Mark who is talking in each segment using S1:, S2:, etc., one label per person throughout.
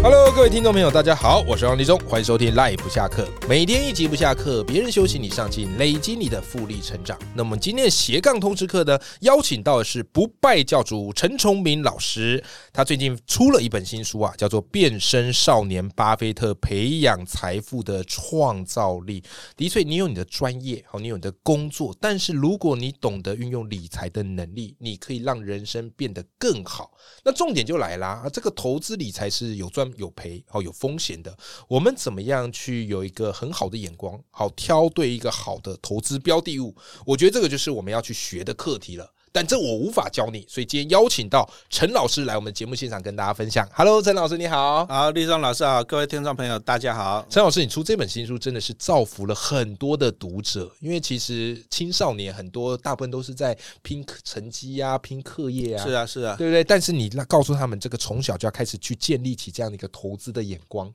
S1: Hello，各位听众朋友，大家好，我是王立忠，欢迎收听《赖不下课》，每天一集不下课，别人休息你上进，累积你的复利成长。那么今天的斜杠通识课呢，邀请到的是不败教主陈崇明老师，他最近出了一本新书啊，叫做《变身少年巴菲特：培养财富的创造力》。的确，你有你的专业，好，你有你的工作，但是如果你懂得运用理财的能力，你可以让人生变得更好。那重点就来啦，啊这个投资理财是有赚有赔，好有风险的。我们怎么样去有一个很好的眼光，好挑对一个好的投资标的物？我觉得这个就是我们要去学的课题了。但这我无法教你，所以今天邀请到陈老师来我们节目现场跟大家分享。Hello，陈老师你好。
S2: 好，立中老师好，各位听众朋友，大家好。
S1: 陈老师，你出这本新书真的是造福了很多的读者，因为其实青少年很多大部分都是在拼成绩啊、拼课业啊，
S2: 是啊，是啊，
S1: 对不对？但是你那告诉他们，这个从小就要开始去建立起这样的一个投资的眼光。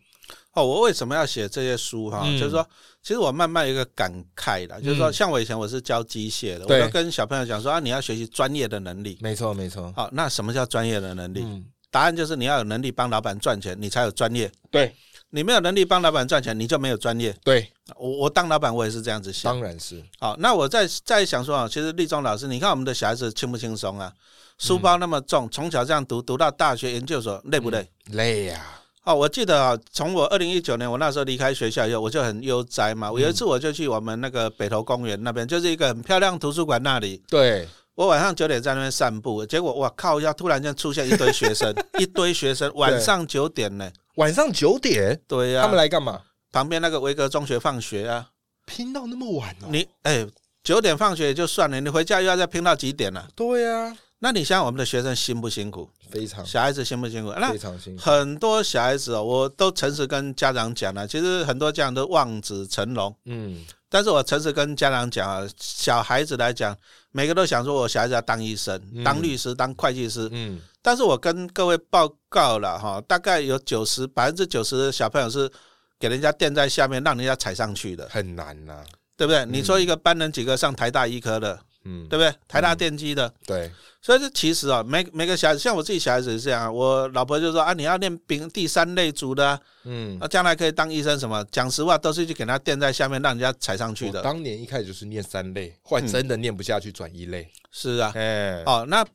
S2: 哦，我为什么要写这些书哈、
S1: 嗯
S2: 就是说，其实我慢慢有一个感慨了，就是说，像我以前我是教机械的，我
S1: 对
S2: 就跟小朋友讲说啊，你要学习专业的能力。
S1: 没错，没错。
S2: 好，那什么叫专业的能力？
S1: 嗯，
S2: 答案就是你要有能力帮老板赚钱，你才有专业。
S1: 对
S2: 你没有能力帮老板赚钱，你就没有专业。
S1: 对，
S2: 我我当老板我也是这样子想。
S1: 当然是
S2: 好，那我在在想说啊，其实立中老师，你看我们的小孩子轻不轻松啊？
S1: 嗯
S2: 书包那么重，从小这样读读到大学研究所，累不累？
S1: 累呀、
S2: 哦，我记得啊，从我二零一九年我那时候离开学校以后，我就很悠哉
S1: 嗯
S2: 嘛。我有一次我就去我们那个北投公园那边，就是一个很漂亮图书馆那里。
S1: 对，
S2: 我晚上九点在那边散步，结果我靠一下，突然间出现一堆学 生，一堆学生晚上九点呢。
S1: 晚上九点、
S2: 对呀、
S1: 他们来干嘛？
S2: 旁边那个维格中学放学啊，
S1: 拼到那么晚哦？
S2: 你哎九点放学也就算了，你回家又要再拼到几点了、啊
S1: 对呀、
S2: 那你想想我们的学生辛不辛苦？
S1: 非常
S2: 小孩子辛不辛苦？那
S1: 非常哦辛苦。
S2: 很多小孩子哦，我都诚实跟家长讲啊了，其实很多家长都望子成龙。
S1: 嗯，
S2: 但是我诚实跟家长讲啊，小孩子来讲，每个都想说我小孩子要当医生、
S1: 嗯
S2: 当律师、当会计师。
S1: 嗯，
S2: 但是我跟各位报告了哈，大概有九十百分之九十的小朋友是给人家垫在下面，让人家踩上去的，
S1: 很难呐、
S2: 对不对？你说一个班能几个上台大医科的，
S1: 嗯，
S2: 对不对？台大电机的，
S1: 对，
S2: 所以这其实啊，每每个小孩子，像我自己小孩子也是这样啊，我老婆就说啊，你要练丙第三类族的啊，
S1: 嗯，
S2: 啊，将来可以当医生什么。讲实话，都是去给他垫在下面，让人家踩上去
S1: 我
S2: 的。
S1: 当年一开始就是念三类，后来
S2: 嗯
S1: 真的念不下去，转一类。
S2: 是啊，
S1: 哎、
S2: 哦，那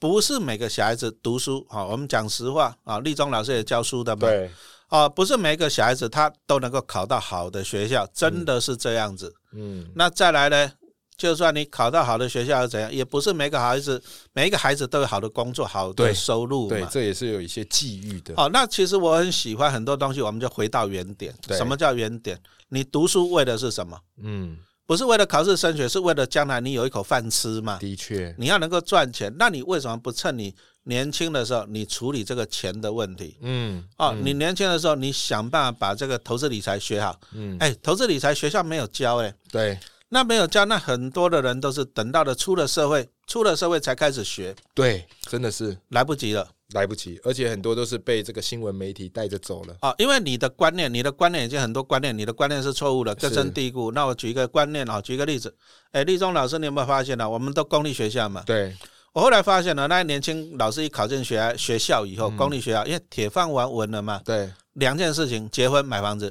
S2: 不是每个小孩子读书啊、哦我们讲实话啊、立中老师也教书的嘛，
S1: 对，
S2: 啊、不是每个小孩子他都能够考到好的学校，真的是这样子。
S1: 嗯，
S2: 那再来呢，就算你考到好的学校又怎样，也不是每个孩子每一个孩子都有好的工作、好
S1: 对
S2: 的收入
S1: 对，
S2: 嘛。
S1: 这也是有一些际遇的。
S2: 哦，那其实我很喜欢很多东西，我们就回到原点。
S1: 对
S2: 什么叫原点？你读书为的是什么？
S1: 嗯，
S2: 不是为了考试升学，是为了将来你有一口饭吃嘛？
S1: 的确，
S2: 你要能够赚钱，那你为什么不趁你年轻的时候，你处理这个钱的问题？
S1: 嗯，
S2: 哦，你年轻的时候，你想办法把这个投资理财学好。
S1: 嗯，
S2: 哎，投资理财学校没有教哎、
S1: 对，
S2: 那没有教，那很多的人都是等到了出了社会，出了社会才开始学，
S1: 对，真的是
S2: 来不及了
S1: 来不及，而且很多都是被这个新闻媒体带着走了。
S2: 啊、哦！因为你的观念，你的观念已经很多观念，你的观念是错误的，根
S1: 是
S2: 深蒂固。那我举一个观念啊、举一个例子，哎，立中老师，你有没有发现呢、啊我们都公立学校嘛，
S1: 对，
S2: 我后来发现了，那年轻老师一考进学学校以
S1: 嗯
S2: 后，公立学校，因为铁饭碗稳了嘛，
S1: 对，
S2: 两件事情：结婚、买房子。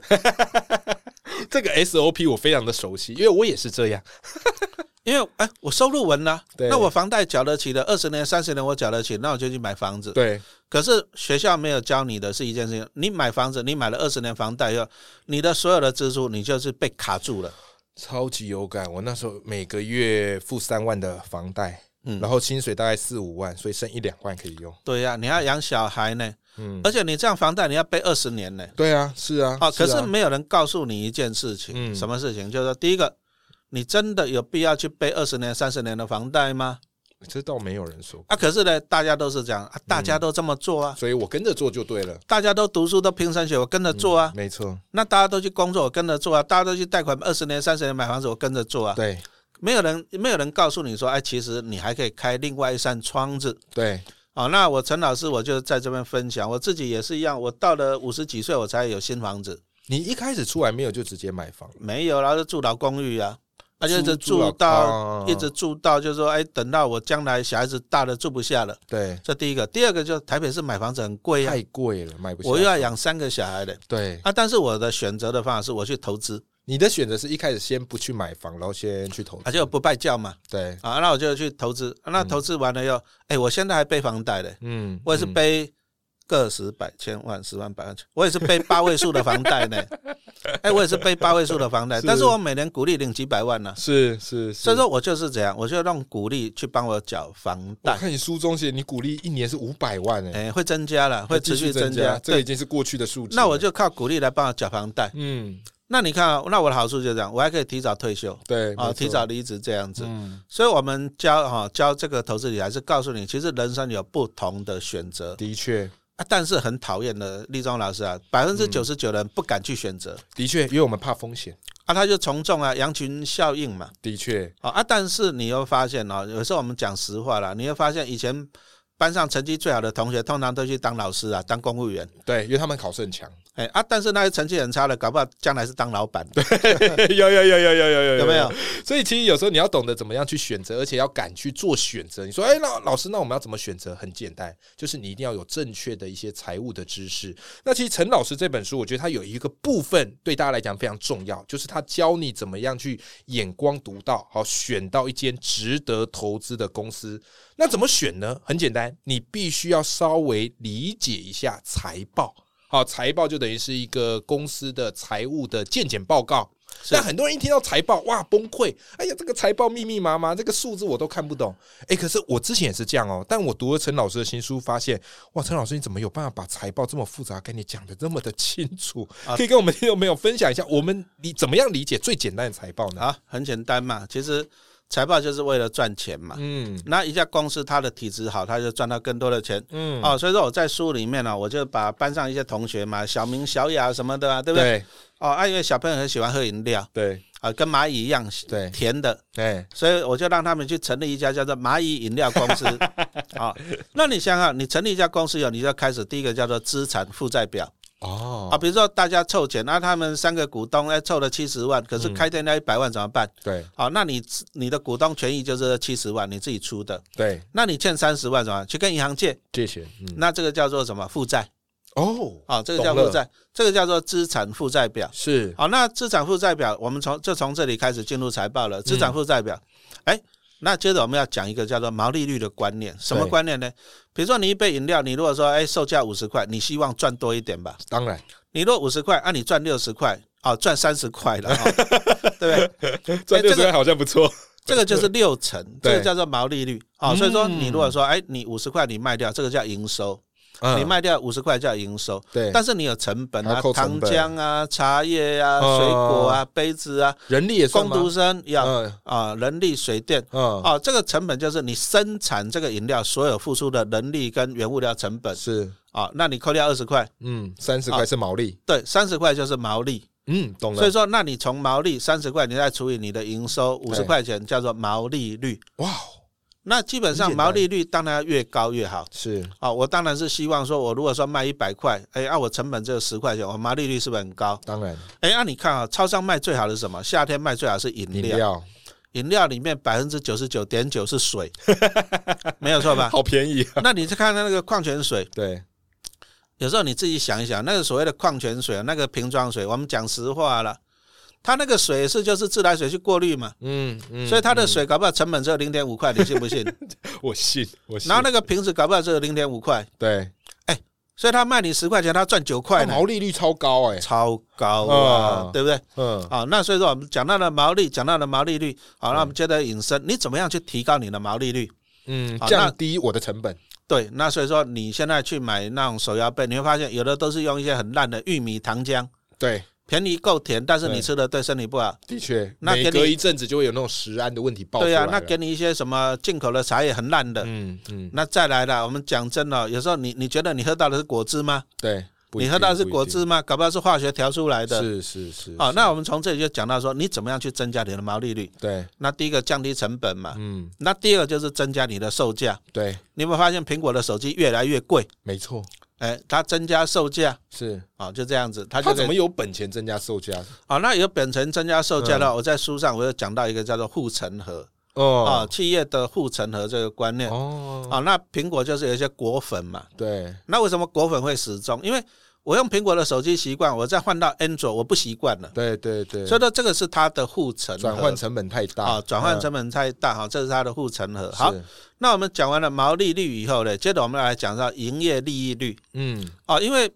S1: 这个 SOP 我非常的熟悉，因为我也是这样。
S2: 因为哎，我收入稳了，
S1: 对
S2: 那我房贷缴得起的，二十年、三十年我缴得起，那我就去买房子。
S1: 对，
S2: 可是学校没有教你的是一件事情，你买房子，你买了二十年房贷以后，你的所有的支出，你就是被卡住了。
S1: 超级有感。我那时候每个月付三万的房贷，
S2: 嗯
S1: 然后薪水大概四五万，所以剩一两万可以用。
S2: 对呀、你要养小孩呢，
S1: 嗯，
S2: 而且你这样房贷你要背二十年呢。
S1: 对啊，是啊，
S2: 啊，可
S1: 啊
S2: 是没有人告诉你一件事情，
S1: 嗯
S2: 什么事情？就是说，第一个，你真的有必要去背二十年、三十年的房贷吗？
S1: 这倒没有人说，
S2: 啊，可是呢，大家都是这样啊，大家都这么做啊，
S1: 所以我跟着做就对了。
S2: 大家都读书都拼升学，我跟着做啊。
S1: 没错，
S2: 那大家都去工作，我跟着做啊；大家都去贷款二十年、三十年买房子，我跟着做啊。
S1: 对
S2: 没有人，没有人告诉你说，哎，其实你还可以开另外一扇窗子
S1: 对，
S2: 哦，那我陈老师我就在这边分享，我自己也是一样，我到了五十几岁我才有新房子，
S1: 你一开始出来没有就直接买房了？
S2: 没有，然后就住老公寓啊，啊，就一直
S1: 住老啊
S2: 住到一直住到，就是说，哎，等到我将来小孩子大了住不下了，
S1: 对，
S2: 这第一个，第二个就是台北市买房子很贵呀、
S1: 太贵了，买不起。
S2: 我又要养三个小孩的
S1: 对，
S2: 啊，但是我的选择的方法是我去投资，
S1: 你的选择是一开始先不去买房，然后先去投资。
S2: 啊，就不拜教嘛，
S1: 对，
S2: 啊，那我就去投资，啊那投资完了又，哎、我现在还背房贷嘞，
S1: 嗯，
S2: 我也是
S1: 嗯
S2: 背个十百千万十万百万，我也是背八位数的房贷 呢。哎，我也是背八位数的房贷，
S1: 是
S2: 但是我每年鼓励领几百万呢、
S1: 是是，所
S2: 所以说我就是这样，我就用鼓励去帮我缴房
S1: 我
S2: 贷，
S1: 看你书中写你鼓励一年是五百万哎、
S2: 哎，会增加了，会
S1: 继
S2: 持
S1: 续
S2: 续
S1: 增
S2: 增加。
S1: 这个已
S2: 对，
S1: 经是过去的数字了。
S2: 那我就靠鼓励来帮我缴房贷。
S1: 嗯，
S2: 那你看啊，那我的好处就这样，我还可以提早退休
S1: 对
S2: 啊，
S1: 没错
S2: 提早离职这样子。
S1: 嗯，
S2: 所以，我们教哈教这个投资理财是告诉你，其实人生有不同的选择。
S1: 的确
S2: 啊，但是很讨厌的立中老师啊，百分之九十九的人不敢去选择、
S1: 的确，因为我们怕风险，
S2: 啊，他就从众啊，羊群效应嘛，
S1: 的确
S2: 啊啊，但是你又发现哦，有时候我们讲实话啦，你会发现以前班上成绩最好的同学，通常都去当老师啊，当公务员，
S1: 对，因为他们考试很 强。
S2: 哎啊，但是那些成绩很差的，搞不好将来是当老板，
S1: 有有有有有有有
S2: 有没有？？
S1: 所以其实有时候你要懂得怎么样去选择，而且要敢去做选择。你说，哎、那老师，那我们要怎么选择？很简单，就是你一定要有正确的一些财务的知识。那其实陈老师这本书，我觉得他有一个部分对大家来讲非常重要，就是他教你怎么样去眼光独到，好选到一间值得投资的公司。那怎么选呢？很简单，你必须要稍微理解一下财报。好，财报就等于是一个公司的财务的健检报告。
S2: 是
S1: 但很多人一听到财报，哇，崩溃！哎呀，这个财报密密麻麻，这个数字我都看不懂。哎，可是我之前也是这样哦。但我读了陈老师的新书，发现哇，陈老师你怎么有办法把财报这么复杂的概念讲的这么的清楚？
S2: 啊
S1: 可以跟我们听众朋友分享一下，我们你怎么样理解最简单的财报呢？
S2: 啊，很简单嘛，其实财报就是为了赚钱嘛。
S1: 嗯
S2: 那一家公司它的体质好，它就赚到更多的钱。
S1: 嗯，
S2: 哦，所以说我在书里面呢、我就把班上一些同学嘛，小明、小雅什么的啊，对不对？
S1: 对
S2: 哦，啊，因为小朋友很喜欢喝饮料
S1: 对哎
S2: 啊，跟蚂蚁一样
S1: 对
S2: 甜的，
S1: 对，
S2: 所以我就让他们去成立一家叫做蚂蚁饮料 公司。啊、那你想想，你成立一家公司以后，你就要开始第一个叫做资产负债表
S1: 哦
S2: 啊，比如说大家凑钱，啊那他们三个股东哎凑了七十万，
S1: 嗯
S2: 可是开店要一百万怎么办？
S1: 对
S2: 好、那你你的股东权益就是七十万，你自己出的，
S1: 对，
S2: 那你欠三十万怎么办去跟银行借？
S1: 这些嗯
S2: 那这个叫做什么负债？
S1: 哦
S2: 啊、这个叫
S1: 懂了
S2: 负债，这个叫做资产负债表。
S1: 是
S2: 好，那资产负债表，我们从就从这里开始进入财报了。
S1: 嗯
S2: 资产负债表，哎、那接着我们要讲一个叫做毛利率的观念，什么
S1: 对
S2: 观念呢？比如说你一杯饮料，你如果说哎售价五十块，你希望赚多一点吧？
S1: 当 然
S2: 你若五十块，啊你赚六十块，哦赚三十块 了，哦对不对？
S1: 赚六十
S2: 哎这个
S1: 块好像不错，
S2: 这个就是六成，
S1: 对
S2: 这个叫做毛利率啊、哦。所以说
S1: 嗯
S2: 你如果说哎你五十块你卖掉，这个叫营收，
S1: 嗯
S2: 你卖掉五十块叫营收，
S1: 对，
S2: 但是你有成本
S1: 还要
S2: 啊，
S1: 扣成
S2: 糖
S1: 本
S2: 浆啊、茶叶啊、
S1: 嗯
S2: 水果啊、杯子啊。
S1: 人力也算
S2: 工
S1: 吗？
S2: 读生要
S1: 嗯
S2: 啊、人力、水电
S1: 嗯
S2: 哦，这个成本就是你生产这个饮料所有付出的人力跟原物料成本
S1: 是
S2: 啊、那你扣掉二十块，
S1: 嗯三十
S2: 啊
S1: 块是毛利，
S2: 对，三十块就是毛利。
S1: 嗯懂了
S2: 所以。说，那你从毛利三十块，你再除以你的营收五十块钱，叫做毛利率。
S1: 哇哦，
S2: 那基本
S1: 很
S2: 上
S1: 简单
S2: 毛利率当然要越高越好
S1: 是
S2: 啊、我当然是希望说，我如果说卖一百块，哎，啊，我成本只有十块钱，我毛利率是不是很高？
S1: 当然，
S2: 哎，那、你看啊、超商卖最好的是什么？夏天卖最好是饮
S1: 饮
S2: 料，
S1: 料
S2: 饮料里面百分之九十九点九是水， 没有 错吧？
S1: 好便宜啊！
S2: 那你去看那个矿泉水，
S1: 对，
S2: 有时候你自己想一想，那个所谓的矿泉水，啊那个瓶装水，我们讲实话了，它那个水是就是自来水去过滤嘛，
S1: 嗯嗯
S2: 所以它的水搞不好成本只有零点五块，你信 不信？
S1: 我信，我信。
S2: 然后那个瓶子搞不好只有零点五块，
S1: 对，
S2: 所以他卖你十块钱，他赚九块
S1: 它
S2: 呢，
S1: 毛利率超高哎，
S2: 超高啊，
S1: 啊
S2: 对不对？
S1: 嗯，
S2: 好，那所以说我们讲到了毛利，讲到了毛利率，好，那我们接着引申，你怎么样去提高你的毛利率？
S1: 嗯，
S2: 好
S1: 降
S2: 那
S1: 低我的成本，
S2: 对，那所以说你现在去买那种手摇杯，你会发现有的都是用一些很烂的玉米糖浆，
S1: 对，
S2: 便宜够甜，但是
S1: 对
S2: 你吃的对身体不好。
S1: 的确，
S2: 那
S1: 每
S2: 给
S1: 隔
S2: 你
S1: 一阵子就会有那种食安的问题爆出
S2: 对
S1: 来
S2: 呀、
S1: 了。
S2: 那给你一些什么进口的茶叶很烂的。
S1: 嗯嗯，
S2: 那再来了，我们讲真的哦，有时候你你觉得你喝到的是果汁吗？
S1: 对，不一
S2: 你
S1: 定
S2: 喝到的是
S1: 不一
S2: 果
S1: 定
S2: 汁吗？搞不好是化学调出来的。
S1: 是是是，
S2: 哦，
S1: 是
S2: 那我们从这里就讲到说，你怎么样去增加你的毛利率？
S1: 对，
S2: 那第一个降低成本嘛，
S1: 嗯，
S2: 那第二个就是增加你的售价。
S1: 对，
S2: 你有没有发现苹果的手机越来越贵？
S1: 没错，
S2: 哎，它增加售价
S1: 是。
S2: 哦，就这样子，它
S1: 他
S2: 就
S1: 怎
S2: 可
S1: 么
S2: 以
S1: 有本钱增加售价？
S2: 哦。那有本钱增加售价的话，我在书上我有讲到一个叫做护城河啊、哦
S1: 嗯哦
S2: 企业的护城河这个观念啊、
S1: 哦，
S2: 哦。那苹果就是有一些果粉嘛，
S1: 对，
S2: 那为什么果粉会失踪？因为我用苹果的手机习惯，我再换到安卓我不习惯了，
S1: 对对对，呃
S2: 所以说这个是它的护城河
S1: 转换成本太大
S2: 啊，转换
S1: 嗯
S2: 成本太大哈，这是它的护城河。好，
S1: 是
S2: 那我们讲完了毛利率以后呢，接着我们来讲到营业利益率
S1: 嗯，
S2: 啊，因为。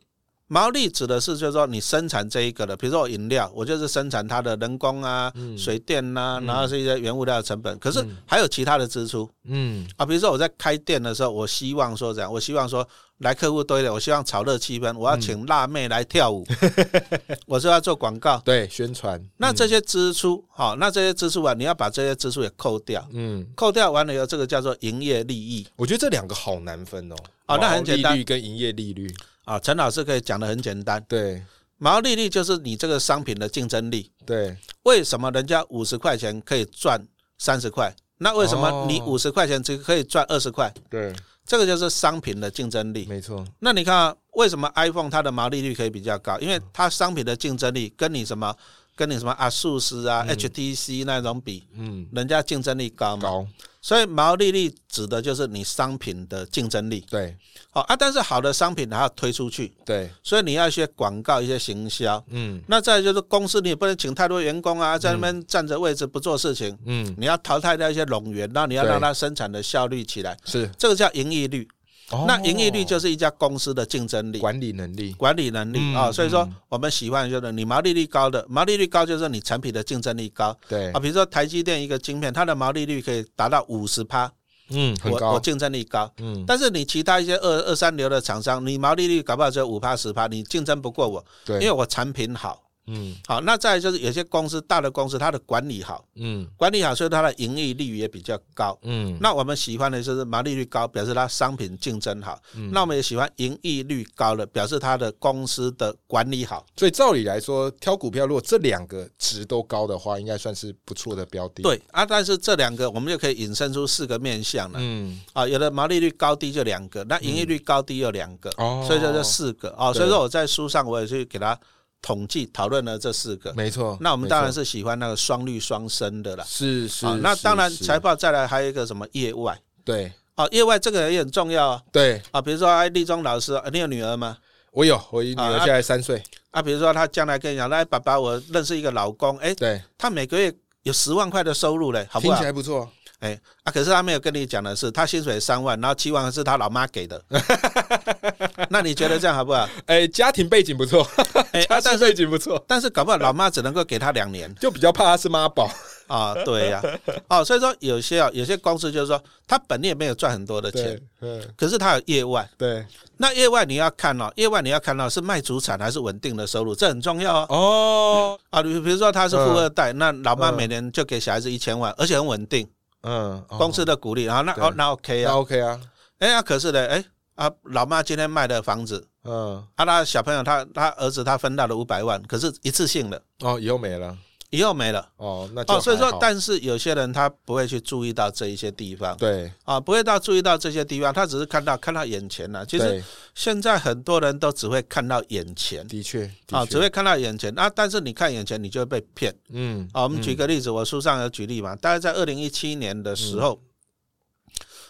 S2: 毛利指的是，就是说你生产这一个的，比如说我饮料，我就是生产它的人工啊、
S1: 嗯
S2: 水电呐、
S1: 嗯
S2: 然后是一些原物料的成本。可是
S1: 嗯
S2: 还有其他的支出
S1: 嗯，
S2: 啊，比如说我在开店的时候，我希望说这样，我希望说来客户多一点，我希望炒热气氛，我要
S1: 嗯
S2: 请辣妹来 跳舞，我是要做广告。
S1: 对，宣传。
S2: 那这
S1: 些，
S2: 些支出，好、那这些支出啊，你要把这些支出也扣掉，
S1: 嗯，
S2: 扣掉完了以后，这个叫做营业利益
S1: 我觉得这两个好难分哦。
S2: 哦那很
S1: 毛
S2: 简单
S1: 利率跟营业利率，
S2: 啊。陈老师可以讲的很简单，
S1: 对
S2: 毛利率就是你这个商品的竞争力。
S1: 对，
S2: 为什么人家五十块钱可以赚三十块？那为什么你
S1: 哦
S2: 五十块钱只可以赚二十块？
S1: 对，
S2: 这个就是商品的竞争力。
S1: 没错，
S2: 那你看、啊，为什么 iPhone 它的毛利率可以比较高？因为它商品的竞争力跟你什么，跟你什么阿素斯啊、HTC 那种比，
S1: 嗯，
S2: 人家竞争力高嘛。
S1: 高，
S2: 所以毛利率指的就是你商品的竞争力。
S1: 对
S2: 好、啊，但是好的商品还要推出去，
S1: 对，
S2: 所以你要一些广告、一些行销。
S1: 嗯
S2: 那再来就是公司，你也不能请太多员工啊，在那边占着位置不做事情。
S1: 嗯，
S2: 你要淘汰掉一些冗员，那你要
S1: 对
S2: 让它生产的效率起来，
S1: 是。
S2: 这个叫盈利率。
S1: 哦
S2: 那盈利率就是一家公司的竞争力。
S1: 管理能力，
S2: 管理能力
S1: 嗯
S2: 啊、所以说
S1: 嗯
S2: 我们喜欢就是你毛利率高的，毛利率高就是你产品的竞争力高
S1: 对
S2: 啊。，比如说台积电一个晶片，它的毛利率可以达到五十趴，
S1: 嗯，很
S2: 我我
S1: 高，
S2: 竞争力高。
S1: 嗯，
S2: 但是你其他一些二二三流的厂商，你毛利率搞不好只有五趴十趴，你竞争不过我，
S1: 对，
S2: 因为我产品好。
S1: 嗯
S2: 好，那再来就是有些公司大的公司，它的管理好，
S1: 嗯
S2: 管理好，所以它的盈利率也比较高。
S1: 嗯，
S2: 那我们喜欢的就是毛利率高，表示它商品竞争好。
S1: 嗯
S2: 那我们也喜欢盈利率高的，表示它的公司的管理好。
S1: 所以照理来说，挑股票如果这两个值都高的话，应该算是不错的标的。，
S2: 对啊，但是这两个我们就可以引申出四个面向了。
S1: 嗯，
S2: 啊，有的毛利率高低就两个，那盈利率高低有两个，
S1: 哦
S2: 嗯所以这就四个哦。
S1: 对
S2: 所以说我在书上我也去给他统计讨论了这四个。
S1: 哦没错。
S2: 那我们当然
S1: 没错
S2: 是喜欢那个双率双升的啦。
S1: 是是
S2: 啊，，那
S1: 是
S2: 当然
S1: 是
S2: 财报再来还有一个什么业外
S1: 对
S2: 啊，业外这个也很重要啊。
S1: 对，
S2: 啊，比如说哎，立中老师，啊你有女儿吗？
S1: 我有，我女儿
S2: 啊
S1: 现在三岁，
S2: 啊，比如说她将来跟你讲，来爸爸，我认识一个老公，哎，
S1: 对，
S2: 他每个月有十万块的收入嘞，好不
S1: 听
S2: 好
S1: 起？来不错。
S2: 哎啊，可是他没有跟你讲的是，他薪水三万，然后七万是他老妈 给的。那你觉得这样好不好？
S1: 哎，家庭背景不错，
S2: 哎、啊
S1: 家
S2: 但
S1: 庭
S2: 是
S1: 背景不错，
S2: 但是搞不好老妈只能够给他两年
S1: 就比较怕她是妈宝。
S2: 啊、对呀、哦，所以说有些啊、有些公司就是说，他本业没有赚很多的钱
S1: 对，，嗯，
S2: 可是他有业外。
S1: 对，
S2: 那业外你要看哦，业外你要看到、是卖主产还是稳定的收入，这很重要哦。
S1: 哦，
S2: 啊，比比如说他是富
S1: 嗯
S2: 二代，那老妈
S1: 嗯
S2: 每年就给小孩子一千万，而且很稳定，
S1: 嗯，哦
S2: 公司的鼓励，然后那
S1: 对
S2: 哦那 OK
S1: 那
S2: 啊，
S1: OK 啊，
S2: 哎呀、啊可是呢，哎啊，老妈今天卖的房子，
S1: 嗯，
S2: 啊，那小朋友他他儿子他分到了五百万，可是一次性的，
S1: 哦，以后没了，
S2: 以后没了。
S1: 哦，那就
S2: 哦，所以
S1: 还
S2: 说
S1: 好，
S2: 但是有些人他不会去注意到这一些地方
S1: 对
S2: 啊，不会到注意到这些地方，他只是看到看到眼前了、啊其实
S1: 对，
S2: 现在很多人都只会看到眼前
S1: 的确的
S2: 啊，
S1: 确
S2: 只会看到眼前啊，但是你看眼前，你就会被骗
S1: 嗯，
S2: 啊。我们举
S1: 嗯
S2: 个例子，我书上有举例嘛，大概在二零一七年的时候，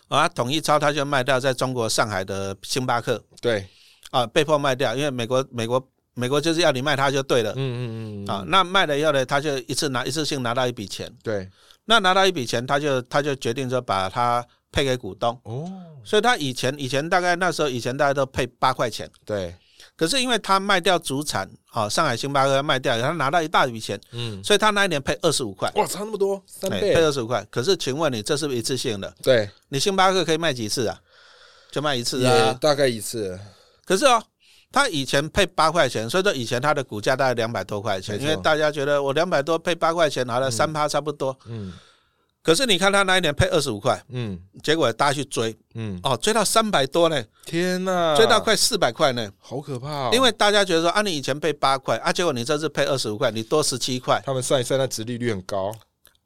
S2: 啊，统一超他就卖掉在中国上海的星巴克
S1: 对，
S2: 啊，被迫卖掉，因为美国美国美国就是要你卖它就对了。
S1: 嗯嗯嗯嗯
S2: 啊，，那卖了以后呢，他就一次拿一次性拿到一笔钱，
S1: 对，
S2: 那拿到一笔钱，他就他就决定说把它配给股东，
S1: 哦，
S2: 所以他以前以前大概那时候以前大家都配八块钱，
S1: 对，
S2: 可是因为他卖掉主产，啊，上海星巴克卖掉，他拿到一大笔钱，
S1: 嗯，
S2: 所以他那一年配二十五块，
S1: 哇，差那么多，三
S2: 哎
S1: 倍
S2: 配，二十五块。可是请问你这是不是一次性的？
S1: 对，
S2: 你星巴克可以卖几次啊？就卖一次
S1: 也
S2: 啊。
S1: 大概一次，
S2: 可是哦。他以前配八块钱，所以说以前他的股价大概两百多块钱，
S1: 没
S2: 因
S1: 错
S2: 为大家觉得我两百多配八块钱，好了三趴差不多。
S1: 嗯，
S2: 可是你看他那一年配二十五块，
S1: 嗯
S2: 结果大家去追，
S1: 嗯，
S2: 哦，追到三百多呢，
S1: 天哪，
S2: 追到快四百块呢。
S1: 好可怕、啊哦，
S2: 因为大家觉得说啊，你以前配八块啊，结果你这次配二十五块，你多十七块
S1: 他们算一算，那殖利率很高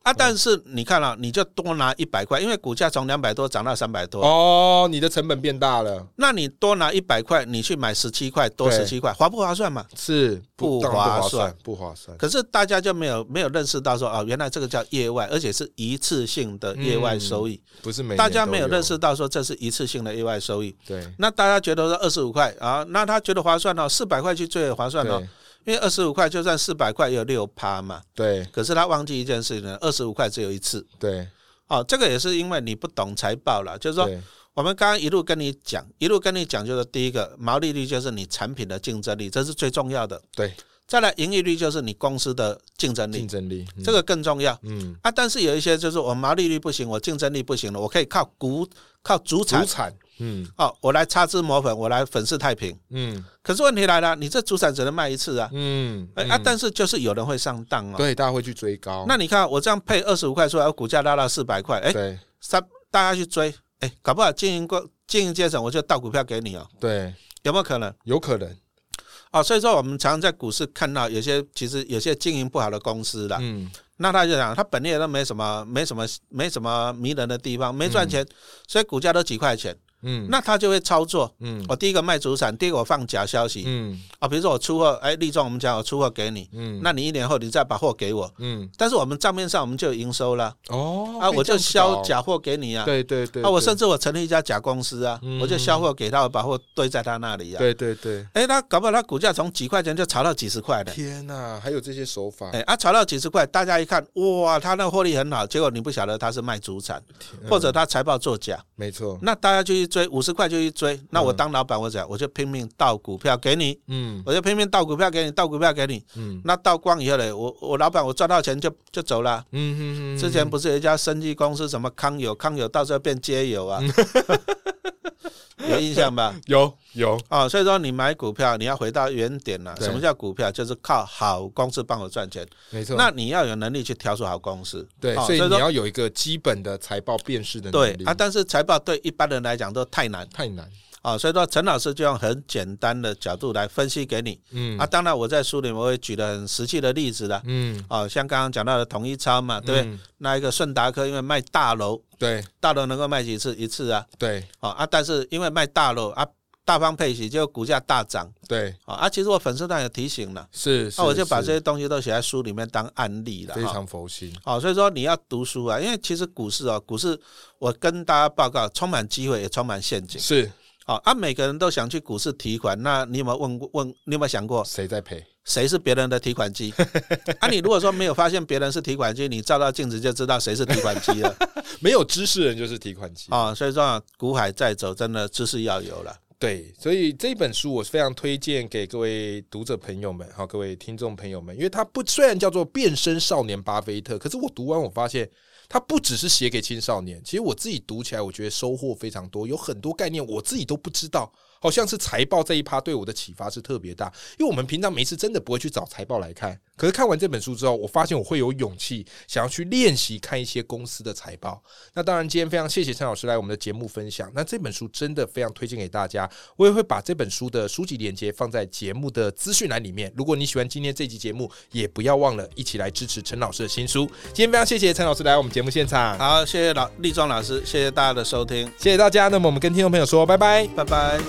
S2: 啊。
S1: 嗯
S2: 但是你看啊，你就多拿一百块，因为股价从两百多涨到三百多，
S1: 哦，你的成本变大了，
S2: 那你多拿一百块，你去买十七块，多
S1: 对
S2: 十七块，划不划算嘛？
S1: 是
S2: 不
S1: 当然不
S2: 划
S1: 划
S2: 算
S1: 算，不划算，
S2: 可是大家就没有没有认识到说啊，原来这个叫业外，而且是一次性的业外收益。
S1: 不是每
S2: 大
S1: 年
S2: 家
S1: 都
S2: 没
S1: 有
S2: 有认识到说这是一次性的业外收益。
S1: 对
S2: 那大家觉得说二十五块啊，那他觉得划算哦，四百块去追也划算哦，因为二十五块就算四百块也有六趴嘛。
S1: 对
S2: 可是他忘记一件事情呢，二十五块只有一次
S1: 对对
S2: 哦，这个也是因为你不懂财报啦，就是说
S1: 对
S2: 我们刚刚一路跟你讲，一路跟你讲，就是第一个毛利率就是你产品的竞争力，这是最重要的。
S1: 对
S2: 再来，盈利率就是你公司的竞争力
S1: 竞，争力，嗯
S2: 这个更重要。
S1: 嗯，
S2: 啊，但是有一些就是我毛利率不行，我竞争力不行了，我可以靠股靠主
S1: 主
S2: 产
S1: 产，嗯
S2: 哦，我来擦脂抹粉，我来粉饰太平。
S1: 嗯
S2: 可是问题来了，你这主产只能卖一次啊，
S1: 嗯，
S2: 哎啊，
S1: 嗯
S2: 但是就是有人会上当哦。
S1: 对大家会去追高，
S2: 那你看我这样配二十五块出来，我股价拉到四百块，哎，
S1: 对
S2: 三大家去追，哎，搞不好经营过经营阶层我就倒股票给你哦，
S1: 对，
S2: 有没有可能？
S1: 有可能，
S2: 哦，所以说我们常常在股市看到有些其实有些经营不好的公司啦，
S1: 嗯
S2: 那他就讲，他本业都没什么，没什么，没什么迷人的地方，没赚钱，所以股价都几块钱。
S1: 嗯
S2: 那他就会操作。哦
S1: 嗯
S2: 我第一个卖主产，第一个我放假消息啊、
S1: 嗯
S2: 比如说我出货，哎，立中我们讲我出货给你，
S1: 嗯
S2: 那你一年后你再把货给我，
S1: 嗯
S2: 但是我们账面上我们就有营收了
S1: 哦
S2: 啊，
S1: 可以
S2: 我
S1: 这
S2: 就
S1: 样子
S2: 销
S1: 搞，
S2: 假货给你啊。
S1: 对对对，
S2: 啊，我
S1: 对
S2: 甚至我成立一家假公司啊，
S1: 嗯
S2: 我就销货给他，我把货堆在他那里啊。
S1: 对对对，
S2: 哎，他搞不好他股价从几块钱就炒到几十块的。
S1: 天哪，还有这些手法
S2: 哎、，啊，炒到几十块，大家一看，哇，他那获利很好，结果你不晓得他是卖主产，
S1: 啊
S2: 或者他财报作假，
S1: 没错，
S2: 那大家就去追，五十块就去追。那我当老板，我讲，我就拼命倒股票给你，
S1: 嗯
S2: 我就拼命倒股票给你，倒股票给你。
S1: 嗯
S2: 那倒光以后呢，我我老板我赚到钱就就走了。
S1: 嗯嗯，
S2: 之前不是有一家生技公司什么康友，康友到时候变街友啊，
S1: 嗯
S2: 有印象吧？
S1: 有有，
S2: 哦，所以说你买股票你要回到原点了、
S1: 对
S2: 什么叫股票？就是靠好公司帮我赚钱。
S1: 没错，
S2: 那你要有能力去挑出好公司，
S1: 对，
S2: 哦
S1: 所以
S2: 所以
S1: 你
S2: 说
S1: 要有一个基本的财报辨识的
S2: 对
S1: 能力
S2: 啊。但是财报对一般人来讲都太难
S1: 太难，
S2: 啊、所以说陈老师就用很简单的角度来分析给你、
S1: 嗯
S2: 啊。当然我在书里面我也举了很实际的例子啦，
S1: 嗯，
S2: 哦，像刚刚讲到的统一超嘛，对不对？
S1: 嗯
S2: 那一个顺达科因为卖大楼，
S1: 对
S2: 大楼能够卖几次？一次啊，
S1: 对
S2: 哦啊，但是因为卖大楼啊，大方配息，就股价大涨
S1: 对，
S2: 啊、啊。其实我粉丝团有提醒了，
S1: 是，
S2: 那、
S1: 是
S2: 我就把
S1: 是
S2: 这些东西都写在书里面当案例了，
S1: 非
S2: 哈
S1: 常佛心，
S2: 哦，所以说你要读书啊，因为其实股市哦，股市我跟大家报告，充满机会也充满陷阱。
S1: 是
S2: 哦，啊，每个人都想去股市提款，那你有没有问过问？你有没有想过
S1: 谁在赔？
S2: 谁是别人的提款机？啊，你如果说没有发现别人是提款机，你照照镜子就知道谁是提款机了。
S1: 没有知识人就是提款机。
S2: 哦，所以说、啊、股海在走，真的知识要有了。
S1: 对，所以这本书我非常推荐给各位读者朋友们，好，各位听众朋友们，因为它不虽然叫做《变身少年巴菲特》，可是我读完我发现，它不只是写给青少年，其实我自己读起来，我觉得收获非常多，有很多概念我自己都不知道。好像是财报这一趴对我的启发是特别大，因为我们平常没事真的不会去找财报来看。可是看完这本书之后，我发现我会有勇气想要去练习看一些公司的财报。那当然，今天非常谢谢陈老师来我们的节目分享。那这本书真的非常推荐给大家，我也会把这本书的书籍链接放在节目的资讯栏里面。如果你喜欢今天这集节目，也不要忘了一起来支持陈老师的新书。今天非常谢谢陈老师来我们节目现场，
S2: 好，谢谢老立壮老师，谢谢大家的收听，
S1: 谢谢大家。那么我们跟听众朋友说拜拜。
S2: 拜拜。